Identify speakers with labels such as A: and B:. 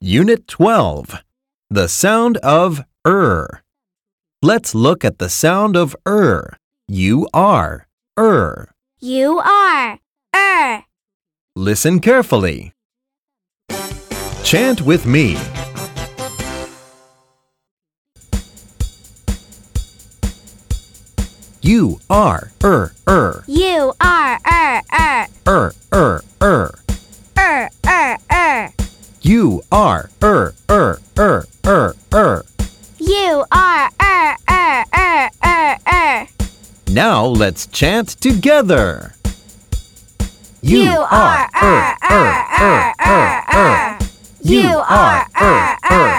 A: Unit 12 The Sound of Er. Let's look at the sound of Er. You are Er.
B: You are. Er.
A: Listen carefully. Chant with me. You are er er
B: You are. Er. Er.
A: er er er.
B: Er. Er. Er.
A: You are er er er er er.
B: You are. Er. Er. Er. Er. Er.
A: Now let's chant together. er,
B: You er, are. Er. Er. Er. Er. Er. You are. Er. Er.